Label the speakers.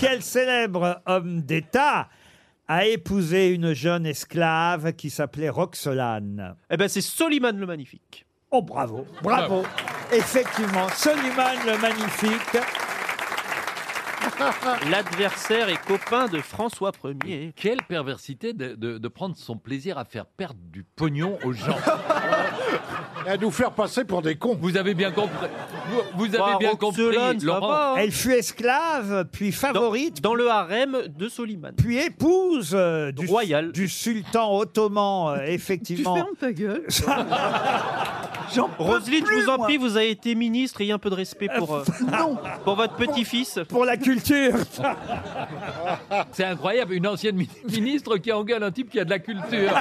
Speaker 1: quel célèbre homme d'État a épousé une jeune esclave qui s'appelait Roxolane
Speaker 2: Eh ben, c'est Soliman le Magnifique.
Speaker 1: Oh bravo, bravo. Effectivement, Soliman le Magnifique.
Speaker 2: L'adversaire et copain de François Ier.
Speaker 3: Quelle perversité de, de- de prendre son plaisir à faire perdre du pognon aux gens.
Speaker 4: Et à nous faire passer pour des cons.
Speaker 3: Vous avez bien compris. Vous, vous avez
Speaker 2: Bah,
Speaker 3: bien
Speaker 2: Roxelane,
Speaker 3: compris,
Speaker 2: ça
Speaker 3: Laurent.
Speaker 2: va.
Speaker 1: Elle fut esclave, puis
Speaker 2: Dans,
Speaker 1: favorite,
Speaker 2: dans le harem de Soliman.
Speaker 1: puis épouse euh, du,
Speaker 2: Royal.
Speaker 1: du sultan ottoman, euh, effectivement.
Speaker 5: ta gueule.
Speaker 2: Roselyne, je vous en prie, vous avez été ministre, ayez un peu de respect pour, euh, pour votre petit-fils.
Speaker 1: Pour la culture.
Speaker 3: C'est incroyable, une ancienne mi- ministre qui engueule un type qui a de la culture.